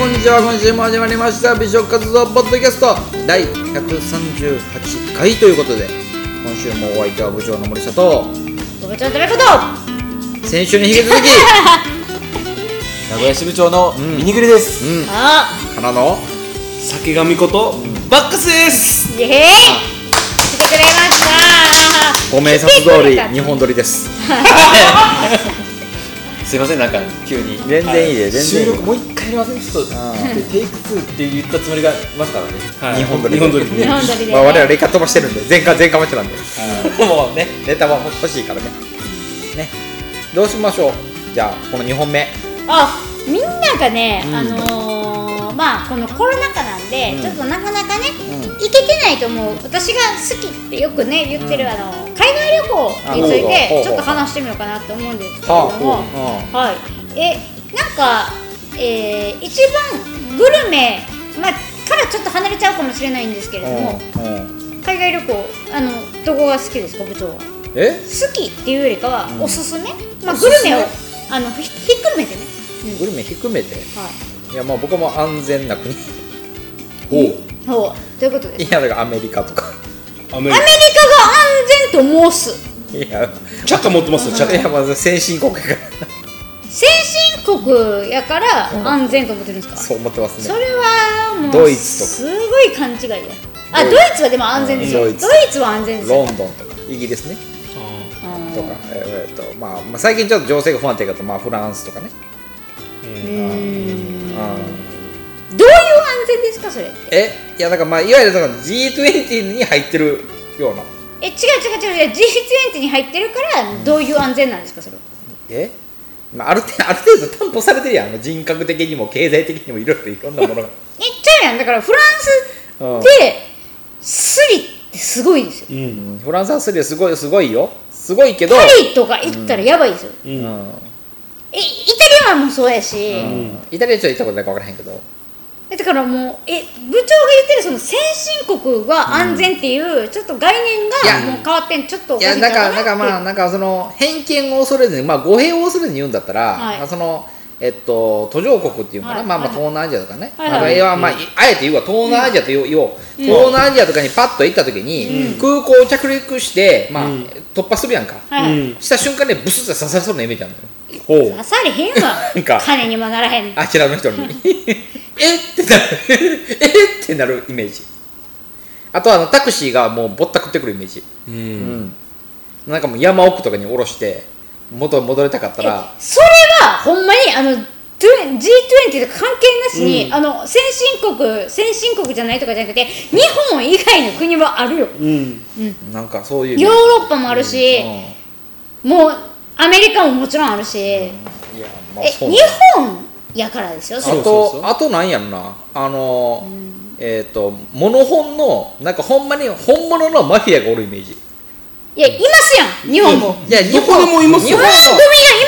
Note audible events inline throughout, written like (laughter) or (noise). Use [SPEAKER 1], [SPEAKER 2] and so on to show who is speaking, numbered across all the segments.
[SPEAKER 1] 週も始まりました美食活動ポッドキャスト第138回ということで今週もお相手は部長の森下と
[SPEAKER 2] ごめちゃんとめこと
[SPEAKER 1] 先週に引き続き
[SPEAKER 2] (laughs)
[SPEAKER 3] 名古屋支部長の
[SPEAKER 1] ん
[SPEAKER 3] ミニグリです、
[SPEAKER 1] う
[SPEAKER 2] あ
[SPEAKER 1] んからの
[SPEAKER 3] 酒神ことバックスです
[SPEAKER 2] イエーイ来てくれました
[SPEAKER 1] ご明察通
[SPEAKER 2] (laughs)
[SPEAKER 1] り日本撮りです (laughs)
[SPEAKER 3] すいませんなんか急に
[SPEAKER 1] 全然いいで
[SPEAKER 3] あ
[SPEAKER 1] 全然いい
[SPEAKER 3] 収録もう一回やりませんちょっと
[SPEAKER 1] あ
[SPEAKER 3] でテイク2って言ったつもりがまさかのね、
[SPEAKER 1] 日本撮り
[SPEAKER 3] 日本撮りで
[SPEAKER 2] 日本撮りで、ね
[SPEAKER 1] まあ、我々レカ飛ばしてるんで前回前回もしてたんで
[SPEAKER 3] もうね
[SPEAKER 1] ネタは欲しいからねねどうしましょうじゃあこの2本目
[SPEAKER 2] あみんながね、
[SPEAKER 1] うん
[SPEAKER 2] あのー、まあこのコロナ禍なんで、
[SPEAKER 1] うん
[SPEAKER 2] ちょっとなかなかね、
[SPEAKER 1] うん
[SPEAKER 2] 行けてないと思う私が好きってよくね言ってる、あの海外旅行につ
[SPEAKER 1] あ
[SPEAKER 2] い
[SPEAKER 1] ほうほうほう
[SPEAKER 2] てちょっと話してみようかなと思うんですけれども、はいえなんか、えー、一番グルメ、まあ、からちょっと離れちゃうかもしれないんですけれども、
[SPEAKER 1] うんうん
[SPEAKER 2] 海外旅行あのどこが好きですか部長は
[SPEAKER 1] え
[SPEAKER 2] 好きっていうよりかは、
[SPEAKER 1] うん
[SPEAKER 2] おすすめまあ
[SPEAKER 1] お
[SPEAKER 2] グ
[SPEAKER 1] す
[SPEAKER 2] ル
[SPEAKER 1] すめ
[SPEAKER 2] メをあのひひっくるめてね、うん
[SPEAKER 1] グルメ低めて
[SPEAKER 2] はい
[SPEAKER 1] やまあ僕はもう安全な国い
[SPEAKER 3] お
[SPEAKER 2] いほうということです
[SPEAKER 1] やだからアメリカとか
[SPEAKER 3] アメ
[SPEAKER 2] アメリカが安全と申す
[SPEAKER 1] いや
[SPEAKER 3] チャッカ持ってますよ
[SPEAKER 1] ちょっとやっぱ先進国やか
[SPEAKER 2] 先進国やから
[SPEAKER 1] うん
[SPEAKER 2] 安全と思ってるんですか、
[SPEAKER 1] ら (laughs) そう思ってます
[SPEAKER 2] そ
[SPEAKER 1] ね
[SPEAKER 2] れはもう
[SPEAKER 1] ドイツとか
[SPEAKER 2] すごい勘違いだあ
[SPEAKER 1] ド
[SPEAKER 2] ド
[SPEAKER 1] イ
[SPEAKER 2] イ
[SPEAKER 1] ツ
[SPEAKER 2] ツはでも安全ですよ、
[SPEAKER 1] うんド
[SPEAKER 2] ド
[SPEAKER 1] イ
[SPEAKER 2] イ
[SPEAKER 1] ツ
[SPEAKER 2] ツは安全ですよ
[SPEAKER 1] ロンドンとかイギリスね
[SPEAKER 2] うん
[SPEAKER 1] とか、えーっとまあ、まあ最近ちょっと情勢が不安定だと、まあ、フランスとかね、
[SPEAKER 2] うーん
[SPEAKER 1] うん
[SPEAKER 2] どういう安全ですかそれって
[SPEAKER 1] えいやだからまあいわゆるだから G20 に入ってるような
[SPEAKER 2] え違う違う違う違う G20 に入ってるからどういう安全なんですかそれは
[SPEAKER 1] え、まあ、ある (laughs) 程度ある程度担保されてるやんあの人格的にも経済的にもいろいろいろんなものが
[SPEAKER 2] えっちゃうやんだからフラン
[SPEAKER 1] うん
[SPEAKER 2] スでスリってすごいですよ
[SPEAKER 1] うんフランスはそれすごいすごいよすごいけど、
[SPEAKER 2] パリとか行ったらやばいですよ、
[SPEAKER 1] うん
[SPEAKER 2] えイタリアもそうやし、
[SPEAKER 1] うんイタリアちょっと行ったことないから分からへんけど
[SPEAKER 2] だからもうえ部長が言ってるその先進国は安全っていう、ちょっと概念
[SPEAKER 1] いや
[SPEAKER 2] がもう変わってんちょっとお
[SPEAKER 1] い
[SPEAKER 2] か
[SPEAKER 1] や
[SPEAKER 2] しいんちゃ
[SPEAKER 1] だ
[SPEAKER 2] う
[SPEAKER 1] からなん
[SPEAKER 2] かな
[SPEAKER 1] かまあなんかその偏見を恐れずにまあ語弊を恐れずに言うんだったら、
[SPEAKER 2] はい
[SPEAKER 1] まあそのえっと途上国っていうのかな、
[SPEAKER 2] はい
[SPEAKER 1] まあまあ
[SPEAKER 2] はい
[SPEAKER 1] 東南アジアとかね、
[SPEAKER 2] はい
[SPEAKER 1] まあ
[SPEAKER 2] はい
[SPEAKER 1] れはまあ、いあえて言うわ東南アジアと言おう、言おう東南アジアとかにパッと行った時に、空港を着陸してまあ、
[SPEAKER 3] うん
[SPEAKER 1] 突破するやんか、
[SPEAKER 2] はいはい
[SPEAKER 1] した瞬間でブスって刺されそうなイメージあるのよ
[SPEAKER 3] ほ
[SPEAKER 2] 刺されへん
[SPEAKER 1] (laughs) なんか
[SPEAKER 2] わ金にもならへん
[SPEAKER 1] あちらの人に (laughs) えってなるえってなるイメージあとはあのタクシーがもうぼったくってくるイメージ
[SPEAKER 3] う
[SPEAKER 1] うんん、なんかもう山奥とかに下ろして元に戻りたかったら
[SPEAKER 2] えそれはほんまにあのトゥ G20 とか関係なしに、あの先進国先進国じゃないとかじゃなくて日本以外の国はあるよ
[SPEAKER 3] うん
[SPEAKER 1] なんかそういう
[SPEAKER 2] ヨーロッパもあるし、
[SPEAKER 1] うん
[SPEAKER 2] もうアメリカももちろんあるし、え
[SPEAKER 1] いやまあそう
[SPEAKER 2] 日本やからですよそれ
[SPEAKER 1] あ
[SPEAKER 3] そうそうそう
[SPEAKER 1] とあとなんやろなあのーえっ、とモノホンのなんかほんまに本物のマフィアがおるイメージ
[SPEAKER 2] いやいますやん日本も
[SPEAKER 1] いや日
[SPEAKER 3] どこでもいます
[SPEAKER 1] 日本
[SPEAKER 2] 日
[SPEAKER 3] よ
[SPEAKER 1] の
[SPEAKER 2] 本国民はいま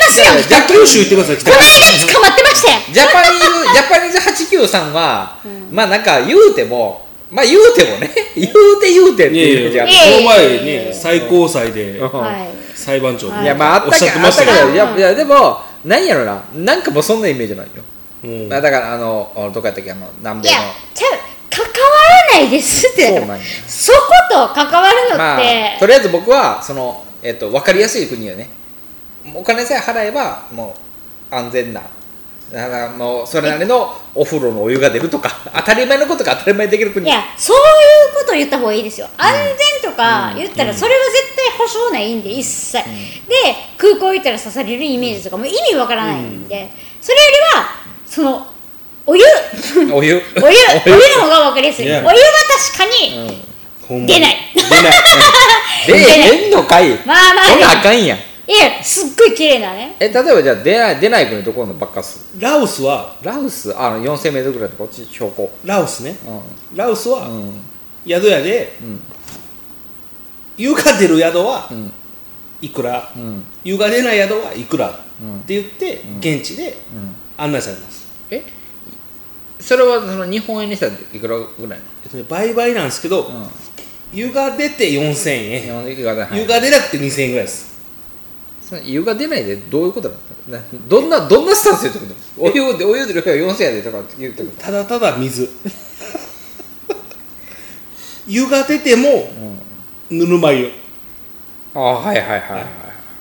[SPEAKER 2] すやんこ
[SPEAKER 3] 野球集行ってください来て
[SPEAKER 2] の間捕まってましたよ
[SPEAKER 1] ジャパニーズジャパニーズ八九さんは、まあなんか言うてもまあ言うてもね (laughs) 言うて言うてっていうイメージある
[SPEAKER 2] いやいや
[SPEAKER 3] この前ね最高裁で
[SPEAKER 1] うん
[SPEAKER 2] はい
[SPEAKER 3] 裁判長
[SPEAKER 2] はい
[SPEAKER 1] やまああっ
[SPEAKER 3] おっ
[SPEAKER 1] た
[SPEAKER 3] し
[SPEAKER 1] け
[SPEAKER 3] ゃっ
[SPEAKER 1] ど
[SPEAKER 3] て
[SPEAKER 1] あ
[SPEAKER 3] ま
[SPEAKER 1] っ
[SPEAKER 3] した
[SPEAKER 1] たけ
[SPEAKER 3] け
[SPEAKER 1] ど
[SPEAKER 3] ど
[SPEAKER 1] いやいやでもなんやろななんかもうそんなイメージないよ
[SPEAKER 3] うん
[SPEAKER 1] あだからあのあのどこやったっけあの南
[SPEAKER 2] い
[SPEAKER 1] 米
[SPEAKER 2] や
[SPEAKER 1] の
[SPEAKER 2] ちゃう関わらないですってだ
[SPEAKER 1] そう
[SPEAKER 2] か
[SPEAKER 1] なんや
[SPEAKER 2] らそこと関わるの
[SPEAKER 1] ま
[SPEAKER 2] っ
[SPEAKER 1] あ
[SPEAKER 2] て、
[SPEAKER 1] とりあえず僕はその、えっと分かりやすい国よねもうお金さえ払えばもう安全なだからもうそれなりのお風呂のお湯が出るとか当たり前のことが当たり前にできる国
[SPEAKER 2] いや、そういうこと言った方がいいですよ。安全とか言ったら、それは絶対保証ないんで、一切。で、空港行ったら刺されるイメージとかも意味わからないんで、それよりは、その、お (laughs) 湯お湯
[SPEAKER 1] お湯
[SPEAKER 2] お湯の方がわかりやすい。お湯
[SPEAKER 3] ね
[SPEAKER 2] は確かに
[SPEAKER 3] ほんまに
[SPEAKER 2] 出ない。
[SPEAKER 1] 出ない出出んのかい
[SPEAKER 2] まあまあ
[SPEAKER 1] そんなんあかんやん
[SPEAKER 2] いや、すっごい綺麗なね。
[SPEAKER 1] え例えばじゃあ出ない出ない国どこのばっかす
[SPEAKER 3] ラオスは
[SPEAKER 1] ラウスあの 4000m ぐらいのこっち標高
[SPEAKER 3] ラオスね
[SPEAKER 1] う
[SPEAKER 3] ラオスは、
[SPEAKER 1] んうん
[SPEAKER 3] 宿屋で、
[SPEAKER 1] ん
[SPEAKER 3] 湯が出る宿は
[SPEAKER 1] ん
[SPEAKER 3] いくら、
[SPEAKER 1] ん
[SPEAKER 3] 湯が出ない宿はいくら、
[SPEAKER 1] ん
[SPEAKER 3] って言って、現地で
[SPEAKER 1] ん
[SPEAKER 3] 案内されます、
[SPEAKER 1] えそれはその日本円にしたらいくらぐらい
[SPEAKER 3] えっとね、倍々なんですけど、
[SPEAKER 1] の、うん、
[SPEAKER 3] 湯が出て4000円、
[SPEAKER 1] 日本でいくらだ
[SPEAKER 3] 湯が出なくて2000円ぐらいです
[SPEAKER 1] その湯が出ないでどういうことなのなどんなどんなスタンスで言ってくるのお湯でお湯で量は4000やでとかって言ってくる
[SPEAKER 3] ただただ水湯が出ても、ぬるま湯
[SPEAKER 1] のああはいはいはいはいあ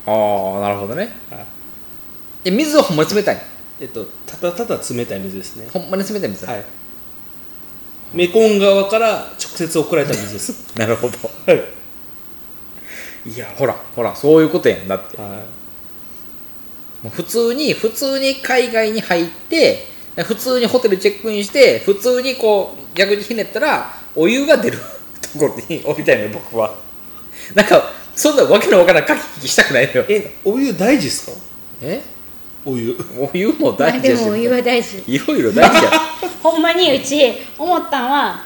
[SPEAKER 1] あなるほどね
[SPEAKER 3] はい
[SPEAKER 1] で水はほんまに冷たい
[SPEAKER 3] えっとただただ冷たい水ですね
[SPEAKER 1] ほんまに冷たい水、
[SPEAKER 3] はいメコン川から直接送られた水です
[SPEAKER 1] なるほど
[SPEAKER 3] はい、
[SPEAKER 1] いやほらほらそういうことやんだって
[SPEAKER 3] は
[SPEAKER 1] もう普通に普通に海外に入って普通にホテルチェックインして普通にこう逆にひねったらお湯が出る (laughs) ところに置きたいのよ僕はなんかそんなわけのわからん書き引きしたくないのよ
[SPEAKER 3] い、えお湯大事ですか
[SPEAKER 1] え
[SPEAKER 3] お湯
[SPEAKER 1] お湯も
[SPEAKER 2] ま
[SPEAKER 1] 大
[SPEAKER 2] あ
[SPEAKER 1] 事
[SPEAKER 2] で
[SPEAKER 1] やし
[SPEAKER 2] もお湯は大事
[SPEAKER 1] いろいろ大事や
[SPEAKER 2] (laughs) ほんまにうち思ったんは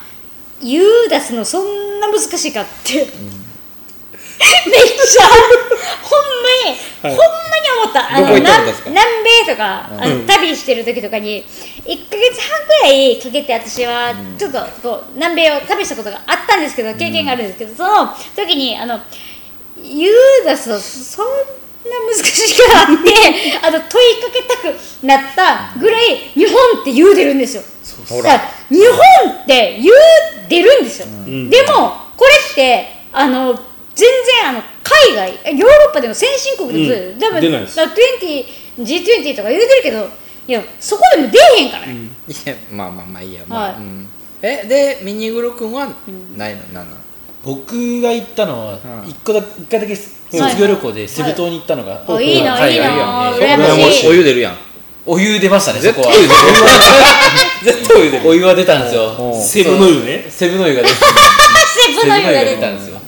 [SPEAKER 2] 言う出すのそんな難しいかって、 (laughs) めっちゃほんま
[SPEAKER 3] は
[SPEAKER 2] に、
[SPEAKER 3] い
[SPEAKER 2] ほんまに思ったあ
[SPEAKER 1] どこ行った
[SPEAKER 2] 南
[SPEAKER 1] んですか
[SPEAKER 2] 南米とか、あの旅してる時とかに1か月半くらいかけて私はちょっとこう南米を旅したことがあったんですけど経験があるんですけど、その時にあの言う出すのそんな難しいからって (laughs) あの問いかけたくなったぐらい日本って言う出るんですよ。
[SPEAKER 1] ほ
[SPEAKER 2] だからら日本って言う出るんですよ、
[SPEAKER 3] ん
[SPEAKER 2] でもこれってあの全然あの海外えヨーロッパでも先進国でもそうだよ多
[SPEAKER 3] うん
[SPEAKER 2] 分
[SPEAKER 3] 出ないです
[SPEAKER 2] だから 20G20 とか言うてるけどいやそこでも出えへんからね、
[SPEAKER 1] いやまあまあまあいいや、まあ
[SPEAKER 2] はい
[SPEAKER 1] うんえでミニグル君はないの、なんなん
[SPEAKER 4] 僕が行ったのは
[SPEAKER 1] うん
[SPEAKER 4] 一個だ一回だけ卒業旅行でセブ島に行ったのが
[SPEAKER 2] いはいおいいな
[SPEAKER 4] 海外
[SPEAKER 2] いいな
[SPEAKER 4] で
[SPEAKER 2] 羨ましい
[SPEAKER 1] お湯お湯出るやん
[SPEAKER 4] お湯出ましたねそ
[SPEAKER 1] 絶
[SPEAKER 4] こは
[SPEAKER 1] 対お湯出る絶対お湯出る
[SPEAKER 4] お湯は出たんですよ
[SPEAKER 1] おう
[SPEAKER 3] セブの湯ね
[SPEAKER 4] セブの湯が出た
[SPEAKER 2] セブの湯が出
[SPEAKER 4] セブたんですよ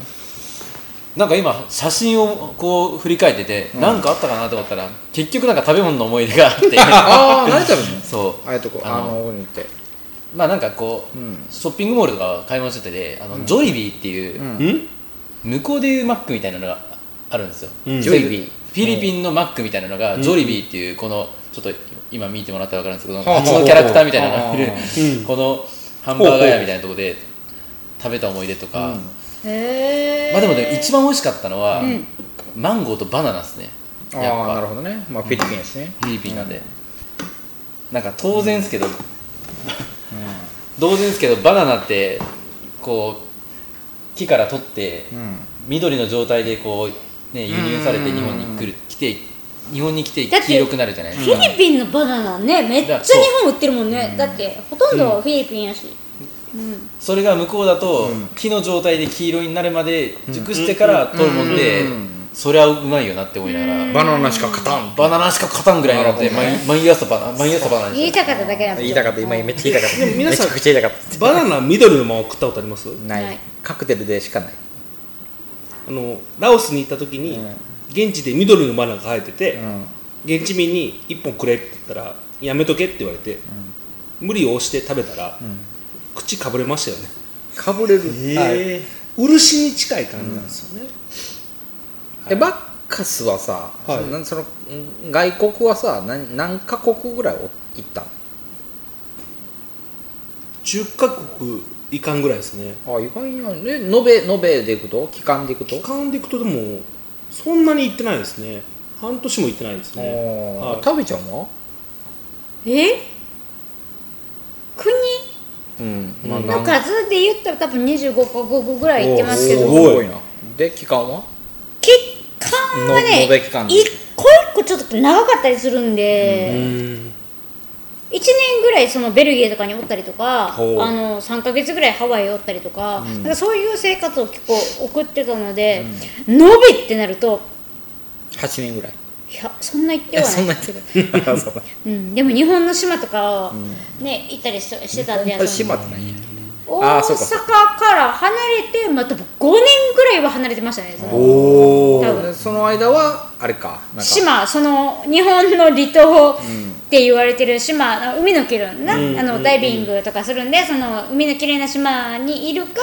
[SPEAKER 4] なんか今写真をこう振り返ってて何かあったかなと思ったら結局なんか食べ物の思い出があって
[SPEAKER 1] (laughs) ああ何食べるの
[SPEAKER 4] そう
[SPEAKER 1] ああいうとこあ
[SPEAKER 4] あの
[SPEAKER 1] のお湯に行って
[SPEAKER 4] まあなんかこう、
[SPEAKER 1] うん
[SPEAKER 4] ショッピングモールとか買い物しててあの、ジョリビーっていう、
[SPEAKER 1] うん
[SPEAKER 3] ん
[SPEAKER 4] 向こうでいうマックみたいなのがあるんですよ、
[SPEAKER 3] うん
[SPEAKER 1] ジョリビー
[SPEAKER 4] フィリピンのマックみたいなのが、ジョリビーっていうこのちょっと今見てもらったら分かるんですけど
[SPEAKER 1] ほうほう
[SPEAKER 4] 蜂のキャラクターみたいなのがいる
[SPEAKER 1] ほうほ
[SPEAKER 3] うん
[SPEAKER 4] このハンバーガー屋みたいなところで食べた思い出とか、
[SPEAKER 1] うん
[SPEAKER 2] るへえ
[SPEAKER 4] まあでもね一番美味しかったのは、
[SPEAKER 2] ん
[SPEAKER 4] マンゴーとバナナですね
[SPEAKER 1] あ
[SPEAKER 4] やっ
[SPEAKER 1] あ
[SPEAKER 4] ぱ
[SPEAKER 1] なるほどねまあフィリピンですね
[SPEAKER 4] フィリピンなんで、なんか当然ですけど、当然ですけどバナナってこう木から取って、
[SPEAKER 1] うん
[SPEAKER 4] 緑の状態でこう、ね、輸入されて日本に来る来て日本に来て
[SPEAKER 2] だって
[SPEAKER 4] 黄色くなるじゃないです
[SPEAKER 2] フ
[SPEAKER 4] か
[SPEAKER 2] ィリピンのバナナねめっちゃ日本売ってるもんねだってほとんどフィリピンやし、うん
[SPEAKER 4] それが向こうだと、
[SPEAKER 1] うん
[SPEAKER 4] 木の状態で黄色になるまで熟してから取るもんで、
[SPEAKER 1] うんうん
[SPEAKER 4] そりゃうまいよなって思いながら、
[SPEAKER 1] バナナしか勝たん
[SPEAKER 4] バナナしか勝たんぐらいになっ
[SPEAKER 1] なる
[SPEAKER 4] て
[SPEAKER 1] ほどね
[SPEAKER 4] 毎毎朝バナナ毎朝バナナで
[SPEAKER 2] 言い
[SPEAKER 4] した
[SPEAKER 2] かっただけなんです
[SPEAKER 1] 言い
[SPEAKER 2] よ
[SPEAKER 1] たかった今めっちゃ言いたかった
[SPEAKER 3] でも皆
[SPEAKER 1] めち
[SPEAKER 3] さん
[SPEAKER 1] ゃくちゃ言いたかっ
[SPEAKER 3] バナナ緑のまま食ったことあります
[SPEAKER 1] たな
[SPEAKER 2] ないい
[SPEAKER 1] カクテルでしかない
[SPEAKER 3] あのラオスに行った時に、
[SPEAKER 1] うん
[SPEAKER 3] 現地で緑のバナナが生えてて、
[SPEAKER 1] うん
[SPEAKER 3] 現地民に1本くれって言ったらやめとけって言われて、無理を押して食べたら、口かぶれましたよね
[SPEAKER 1] かぶれる
[SPEAKER 3] はい漆に近い感じなんですよね、
[SPEAKER 1] えバッカスはさ
[SPEAKER 3] はい
[SPEAKER 1] なそのん外国はさ何何カ国ぐらいお行ったの
[SPEAKER 3] 10カ国いかんぐらいですね
[SPEAKER 1] あ意外やね延べ延べで行くと期間で行くと
[SPEAKER 3] 期間でいくとでもそんなに行ってないですね半年も行ってないです
[SPEAKER 1] あ
[SPEAKER 3] ね、
[SPEAKER 1] ー
[SPEAKER 3] はい
[SPEAKER 1] 食べちゃうの
[SPEAKER 2] え国
[SPEAKER 1] うんまあ
[SPEAKER 3] うん
[SPEAKER 1] な
[SPEAKER 2] の
[SPEAKER 1] ん
[SPEAKER 2] 数で言ったら多分25か5ぐらい行ってますけ
[SPEAKER 1] おー
[SPEAKER 2] ど
[SPEAKER 1] すごいなで期間は
[SPEAKER 2] 血管
[SPEAKER 1] の
[SPEAKER 2] はね
[SPEAKER 1] 延べ期間で
[SPEAKER 2] 一個一個ちょっと長かったりするん
[SPEAKER 3] う
[SPEAKER 2] で、
[SPEAKER 3] ん
[SPEAKER 2] 一1年ぐらいそのベルギーとかにおったりとかあ
[SPEAKER 3] ほう
[SPEAKER 2] の3か月ぐらいハワイおったりとか,、なんかそういう生活を結構送ってたので、延べってなると
[SPEAKER 1] 8年ぐらい
[SPEAKER 2] いやそんな言ってはない
[SPEAKER 1] そんな
[SPEAKER 2] けど、
[SPEAKER 1] あ (laughs) そう
[SPEAKER 2] うん、でも日本の島とかを、ね行ったりししてたんで
[SPEAKER 1] だ
[SPEAKER 2] その
[SPEAKER 1] 島ってないや
[SPEAKER 2] 大
[SPEAKER 1] あーそうかそう
[SPEAKER 2] 阪から離れてまた5年ぐらいは離れてましたねその
[SPEAKER 3] お
[SPEAKER 2] 多
[SPEAKER 3] ー
[SPEAKER 2] 分
[SPEAKER 1] でその間はあれかなんか
[SPEAKER 2] 島その日本の離島って言われてる島、あの海の綺麗な、
[SPEAKER 3] うん
[SPEAKER 2] あのダイビングとかするんで、その海の綺麗な島にいるか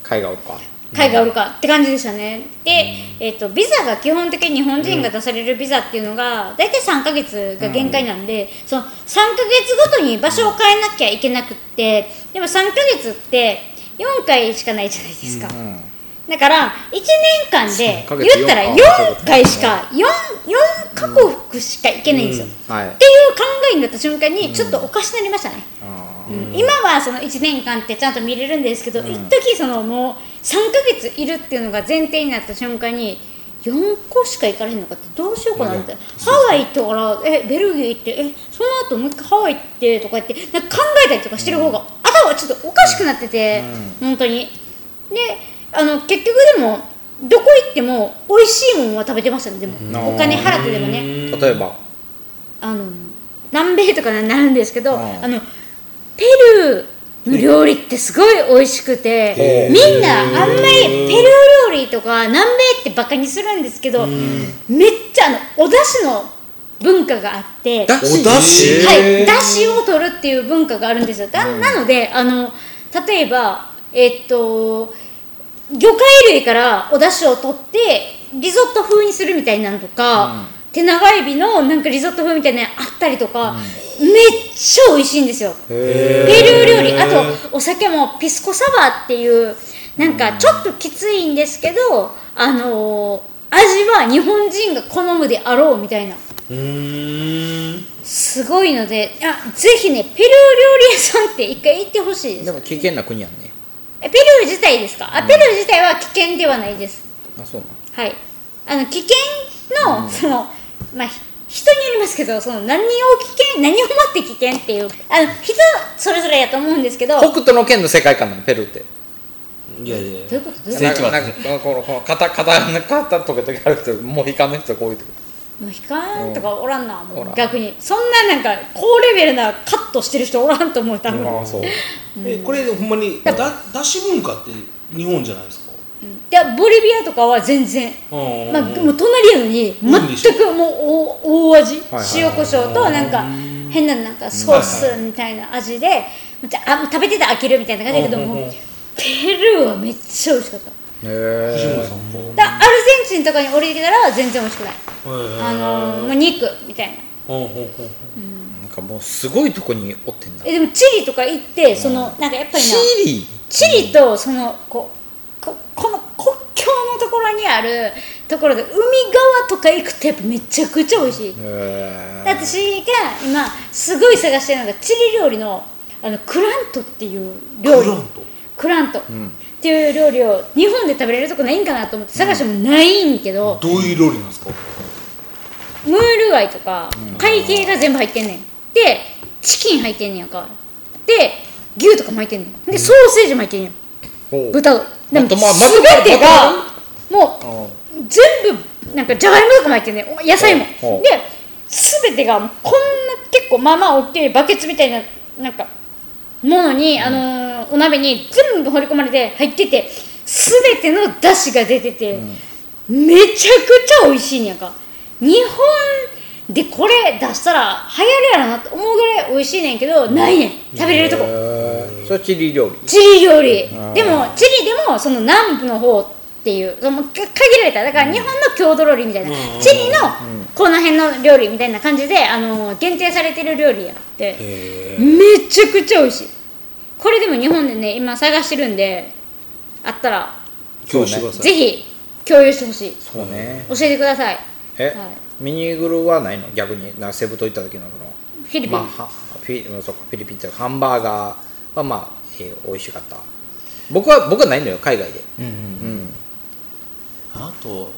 [SPEAKER 1] 海外か
[SPEAKER 2] 海外おるかって感じでしたねで、えっとビザが基本的に日本人が出されるビザっていうのが大体3ヶ月が限界なんで、その3ヶ月ごとに場所を変えなきゃいけなくってでも3ヶ月って4回しかないじゃないですか、
[SPEAKER 1] うん
[SPEAKER 2] だから1年間で
[SPEAKER 1] そう
[SPEAKER 2] 言ったら
[SPEAKER 1] かけてよん
[SPEAKER 2] 4回しか 4, 4カ国しか行けないんですよ、っ
[SPEAKER 1] はい
[SPEAKER 2] ていう考えになった瞬間にちょっとおかしなりましたね、
[SPEAKER 1] あ
[SPEAKER 2] うん今はその1年間ってちゃんと見れるんですけど、一時そのもう3ヶ月いるっていうのが前提になった瞬間に4個しか行かれへんのかってどうしようかなって、ハワイ行ってからえベルギー行ってえその後もう一回ハワイ行ってとか言ってなんか考えたりとかしてる方が、頭がちょっとおかしくなってて、本当にであの結局でもどこ行っても美味しいものは食べてましたねでも、
[SPEAKER 1] ん
[SPEAKER 2] お金払ってでもね、
[SPEAKER 1] ー例えば
[SPEAKER 2] あの南米とかになるんですけど、
[SPEAKER 1] うん
[SPEAKER 2] あのペルーの料理ってすごい美味しくて
[SPEAKER 1] へー
[SPEAKER 2] みんなあんまりペルー料理とか南米ってバカにするんですけどめっちゃあのお出汁の文化があって
[SPEAKER 1] だし
[SPEAKER 3] おだし
[SPEAKER 2] はい、だしを取るっていう文化があるんですよ。だなのであの例えば、えっと魚介類からお出汁を取ってリゾット風にするみたいなのとか、手長エビのなんかリゾット風みたいなのあったりとか、めっちゃ美味しいんですよ。
[SPEAKER 1] へ
[SPEAKER 2] ペルー料理あとお酒もピスコサバーっていうなんかちょっときついんですけど、あの味は日本人が好むであろうみたいな。
[SPEAKER 3] うーん
[SPEAKER 2] すごいのであぜひねペルー料理屋さんって一回行ってほしいで
[SPEAKER 1] え
[SPEAKER 2] す
[SPEAKER 1] でも危険な国やんね
[SPEAKER 2] えペルー自体ですかあペルー自体は危険ではないです
[SPEAKER 1] あそうな
[SPEAKER 2] はいあの危険の、そのまあひ人によりますけどその何を危険何をもって危険っていうあの人それぞれやと思うんですけど
[SPEAKER 1] の北斗の剣の世界観なのペルーって
[SPEAKER 3] いやいや
[SPEAKER 2] どういうことどういうこ
[SPEAKER 4] 世紀末
[SPEAKER 1] なんかなんかこのこの肩肩肩とか時々ある人もういかの人こういう時
[SPEAKER 2] とモヒカンとかおらんなも
[SPEAKER 1] おら
[SPEAKER 2] うん逆にそんななんか高レベルなカットしてる人おらんと思う多分、
[SPEAKER 1] あそう
[SPEAKER 3] えこれほんまにだだし文化って日本じゃないですか
[SPEAKER 2] でボリビアとかは全然
[SPEAKER 3] うん
[SPEAKER 2] まあ、もう隣やのに
[SPEAKER 3] んでしょ
[SPEAKER 2] 全くもう大大味、
[SPEAKER 1] はいはい
[SPEAKER 2] 塩コショウとなんか変ななんかソースみたいな味で、あもう食べてて飽きるみたいな感じだけど
[SPEAKER 3] うんうんうん
[SPEAKER 2] もうペルーはめっちゃ美味しかった
[SPEAKER 1] へ
[SPEAKER 3] 藤本
[SPEAKER 1] え
[SPEAKER 3] さんも
[SPEAKER 2] だアルゼンチンとかに降りてきたら全然美味しくない、あのーもう肉みたいな
[SPEAKER 3] ほうほうほう
[SPEAKER 1] なんかもうすごいとこにおってんだ
[SPEAKER 2] えでもチリとか行ってそのなんかやっぱりな
[SPEAKER 1] チリ
[SPEAKER 2] チリとそのこうここの国境のところにあるところで海側とか行くとやっぱめちゃくちゃ美味しい、
[SPEAKER 1] へえ
[SPEAKER 2] 私が今すごい探してるのがチリ料理のあのクラントっていう料理
[SPEAKER 3] クラント
[SPEAKER 2] クラントっていう料理を日本で食べれるとこないんかなと思って探してもないんけど、
[SPEAKER 3] どういう料理なんですか
[SPEAKER 2] ムール貝とか貝系が全部入ってんねんでチキン入ってんねんやんかで牛とかも入ってんねんでソーセージも入ってんねん
[SPEAKER 1] ほう
[SPEAKER 2] 豚でも
[SPEAKER 1] まとままとま
[SPEAKER 2] 全てがもう
[SPEAKER 1] あ
[SPEAKER 2] 全部なんかじゃがいもとかも入ってんねんお野菜も
[SPEAKER 1] ほうほう
[SPEAKER 2] で全てがもうこんな結構まあまあ大きいバケツみたいななんかものに、あのーお鍋に全部放り込まれて入ってて全ての出汁が出てて、めちゃくちゃ美味しいんやんか日本でこれ出したら流行るやろなと思うぐらい美味しいねんけど、ないねん食べれるとこ、
[SPEAKER 1] へえそれチリ料理
[SPEAKER 2] チリ料理
[SPEAKER 1] ー
[SPEAKER 2] でもチリでもその南部の方っていうそのか限られただから日本の郷土料理みたいな
[SPEAKER 3] うん
[SPEAKER 2] チリのこの辺の料理みたいな感じであの限定されてる料理やって
[SPEAKER 3] へ
[SPEAKER 2] めちゃくちゃ美味しいこれでも日本でね今探してるんであったら
[SPEAKER 1] そうね
[SPEAKER 3] 今日してくださ
[SPEAKER 2] ぜ
[SPEAKER 3] い
[SPEAKER 2] ひ共有してほしい
[SPEAKER 1] そうね
[SPEAKER 2] 教えてください
[SPEAKER 1] え、
[SPEAKER 2] はい
[SPEAKER 1] ミニグルはないの逆になセブ島行った時のその
[SPEAKER 2] フィリピ
[SPEAKER 1] (laughs)
[SPEAKER 2] ン、
[SPEAKER 1] まあはフィそうかフィリピンっていうかハンバーガーはまあ、えー美味しかった僕は僕はないのよ海外で
[SPEAKER 4] うんうん
[SPEAKER 1] うん
[SPEAKER 4] あと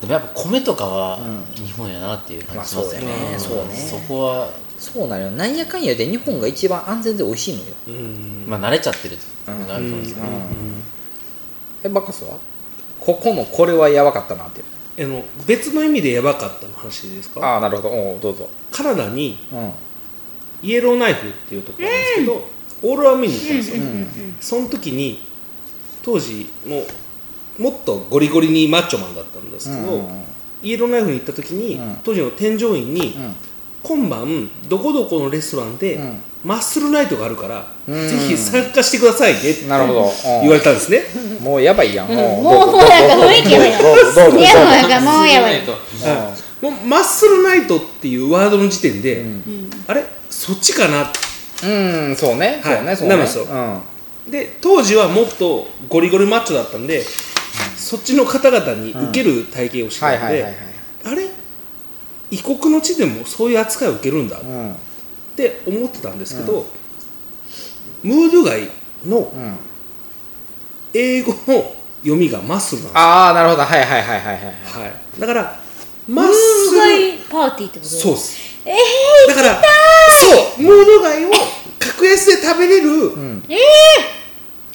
[SPEAKER 4] でもやっぱ米とかは
[SPEAKER 1] う
[SPEAKER 4] 日本やなっていう感じし
[SPEAKER 1] ま
[SPEAKER 4] ま
[SPEAKER 1] あ
[SPEAKER 4] すよね,、
[SPEAKER 1] そうやねそうね
[SPEAKER 4] こは、
[SPEAKER 1] そうなのよなんやかんやで日本が一番安全で美味しいのよ
[SPEAKER 3] うん
[SPEAKER 4] まあ、慣れちゃってるっていうのがあると思うんですけど、
[SPEAKER 1] うんえバカスはここのこれはやばかったなっていう
[SPEAKER 3] あの別の意味でやばかったの話ですか
[SPEAKER 1] ああなるほどおうどうぞ
[SPEAKER 3] カナダに
[SPEAKER 1] うん
[SPEAKER 3] イエローナイフっていうところなんですけど、オーロラ見に行ったんですよ、
[SPEAKER 1] うん
[SPEAKER 3] その時に当時もうもっとゴリゴリにマッチョマンだったんですけど、
[SPEAKER 1] うんうんうん
[SPEAKER 3] イエローナイフに行った時に、
[SPEAKER 1] うん
[SPEAKER 3] 当時の添乗員に、
[SPEAKER 1] うん
[SPEAKER 3] 今晩どこどこのレストランで、
[SPEAKER 1] うん
[SPEAKER 3] マッスルナイトがあるから、
[SPEAKER 1] うん
[SPEAKER 3] ぜひ参加してくださいねって
[SPEAKER 1] なるほどうん
[SPEAKER 3] 言われたんですね、
[SPEAKER 1] もうやばいやん、
[SPEAKER 2] うん
[SPEAKER 1] もう
[SPEAKER 2] もうもうなんか雰囲気やばい
[SPEAKER 1] どうぞどうぞどうぞどうぞ
[SPEAKER 2] いやもうなんかもうやばい
[SPEAKER 3] もうマッスルナイトっていうワードの時点で、
[SPEAKER 2] うん
[SPEAKER 3] あれそっちかなって
[SPEAKER 1] うんうんそうねそう
[SPEAKER 3] は
[SPEAKER 1] ね
[SPEAKER 3] い
[SPEAKER 1] そう
[SPEAKER 3] な
[SPEAKER 1] ね
[SPEAKER 3] るんですよ
[SPEAKER 1] うん
[SPEAKER 3] で当時はもっとゴリゴリマッチョだったんでそっちの方々に受ける体系をして
[SPEAKER 1] はい
[SPEAKER 3] るの
[SPEAKER 1] はいはいはい
[SPEAKER 3] で、あれ異国の地でもそういう扱いを受けるんだっ
[SPEAKER 1] うんうん
[SPEAKER 3] て思ってたんですけど、ムール貝の英語の読みがマッスルなんで
[SPEAKER 1] ああなるほどはいはいはいはいはい
[SPEAKER 3] す、はい、だからマ
[SPEAKER 2] ムー
[SPEAKER 3] ッ
[SPEAKER 2] ル
[SPEAKER 3] ス
[SPEAKER 2] 貝パーティーってこと
[SPEAKER 3] ルそう
[SPEAKER 2] う
[SPEAKER 3] です
[SPEAKER 2] えー、
[SPEAKER 3] だからそうムール貝を格安で食べれ
[SPEAKER 1] う
[SPEAKER 3] る
[SPEAKER 1] ん
[SPEAKER 2] えー、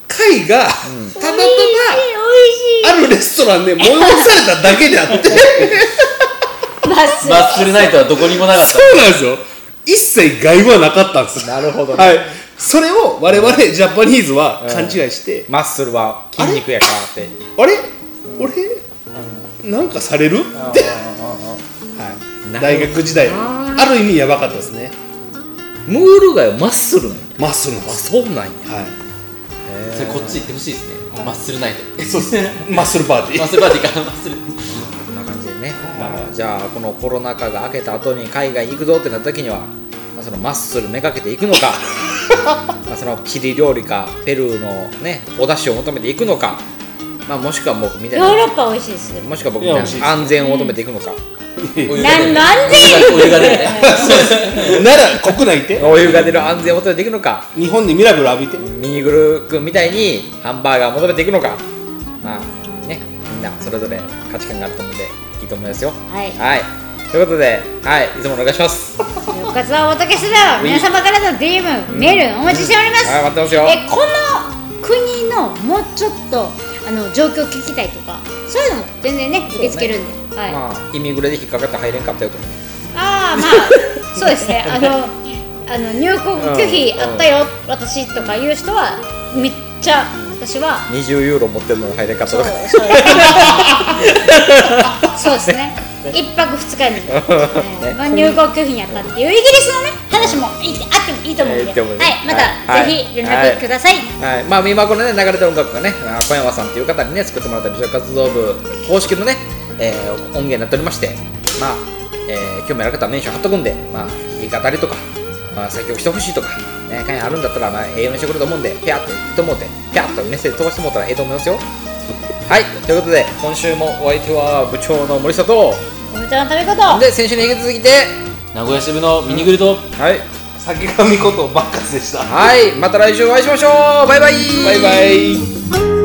[SPEAKER 3] 貝が、たまた
[SPEAKER 2] お
[SPEAKER 3] ま
[SPEAKER 2] いしい
[SPEAKER 3] あるレストランで催されただけであ (laughs) って
[SPEAKER 2] おいしいマッスル
[SPEAKER 4] マッスルナイトはどこにもなかっ
[SPEAKER 3] そうなんですよ一切害はなかったんです
[SPEAKER 1] なるほどね
[SPEAKER 3] はい、それを我々ジャパニーズは勘違いして、
[SPEAKER 1] マッスルは筋肉やからって
[SPEAKER 3] あれ俺、なんかされる、は、
[SPEAKER 1] ない
[SPEAKER 3] 大学時代ある意味やばかったですね
[SPEAKER 1] ムール貝はマッスルなんや
[SPEAKER 3] マッスルなんで
[SPEAKER 1] あ
[SPEAKER 3] す
[SPEAKER 1] そうなんや
[SPEAKER 3] は
[SPEAKER 4] たそれこっち行ってほしいですねマッスルナイト
[SPEAKER 3] いそうですねマッスルパーティ (laughs)
[SPEAKER 4] マッ
[SPEAKER 3] ー
[SPEAKER 4] スルパーティーかマッスル
[SPEAKER 1] こんな感じでね、まあ、じゃあこのコロナ禍が明けた後に海外に行くぞってなった時には、まあ、そのマッスルめがけていくの (laughs) かまあそのチリ料理かペルーのねお出汁を求めていくのか、まあ、もしくは僕みたい
[SPEAKER 2] ヨー
[SPEAKER 1] な
[SPEAKER 2] ロッパ美味しいですよ
[SPEAKER 1] もしくは僕みたい
[SPEAKER 3] いや美味しいで
[SPEAKER 1] な安全を求めていくのか、
[SPEAKER 4] お湯が
[SPEAKER 2] な
[SPEAKER 4] 出る
[SPEAKER 2] なんで
[SPEAKER 4] お湯が出るね
[SPEAKER 3] なら国内で
[SPEAKER 1] お湯が出る安全を求めていくのか
[SPEAKER 3] 日本でミラブル浴びて
[SPEAKER 1] ミニグル君みたいにハンバーガーを求めていくのかまあねみんなそれぞれ価値観があると思うんでいいと思いますよ
[SPEAKER 2] はい
[SPEAKER 1] はいということではいいつもお願いしますは
[SPEAKER 2] 復活はお届けする皆様からの DM、メールお待ちしております、
[SPEAKER 1] い待ってますよ
[SPEAKER 2] えこの国のもうちょっとあの状況聞きたいとかそういうのも全然ね受け付けるんで、はい、
[SPEAKER 1] まあ、イミグレで引っかかって入れんかったよとかね
[SPEAKER 2] ああまあ
[SPEAKER 1] (laughs)
[SPEAKER 2] そうですねあのあの入国拒否あったよ、私とかいう人はめっちゃ私は
[SPEAKER 1] 20ユーロ持ってるのに入れんかった
[SPEAKER 2] そう
[SPEAKER 1] と
[SPEAKER 2] そ
[SPEAKER 1] か
[SPEAKER 2] うそうですね一泊二日に、はいまあ、入国拒否にあったっていうイギリスのね話もいいあってもいいと思うん
[SPEAKER 1] えーい
[SPEAKER 2] で、
[SPEAKER 1] いと思うね
[SPEAKER 2] はい、また、
[SPEAKER 1] はい
[SPEAKER 2] ぜひ連絡ください、
[SPEAKER 1] はい、まあ今このね流れた音楽がねあ小山さんという方にね作ってもらった美女活動部公式のね、えー音源になっておりましてまあ、えー興味ある方はメンション貼っとくんでまあ言い語りとか、まあ、作曲してほしいとかね会あるんだったらまあ栄養にしてくれると思うんでピャーって言ってもうてピャーっとメッセージ飛ばしてもうたらええと思いますよはいということで今週もお相手は部長の森下と
[SPEAKER 2] おめちゃの食べ方
[SPEAKER 1] で先週に引き続きで
[SPEAKER 4] 名古屋支部のミニグルと
[SPEAKER 1] はい、
[SPEAKER 3] 先神ことバッカスでした
[SPEAKER 1] はい、また来週お会いしましょうバイバイ
[SPEAKER 3] バイバイ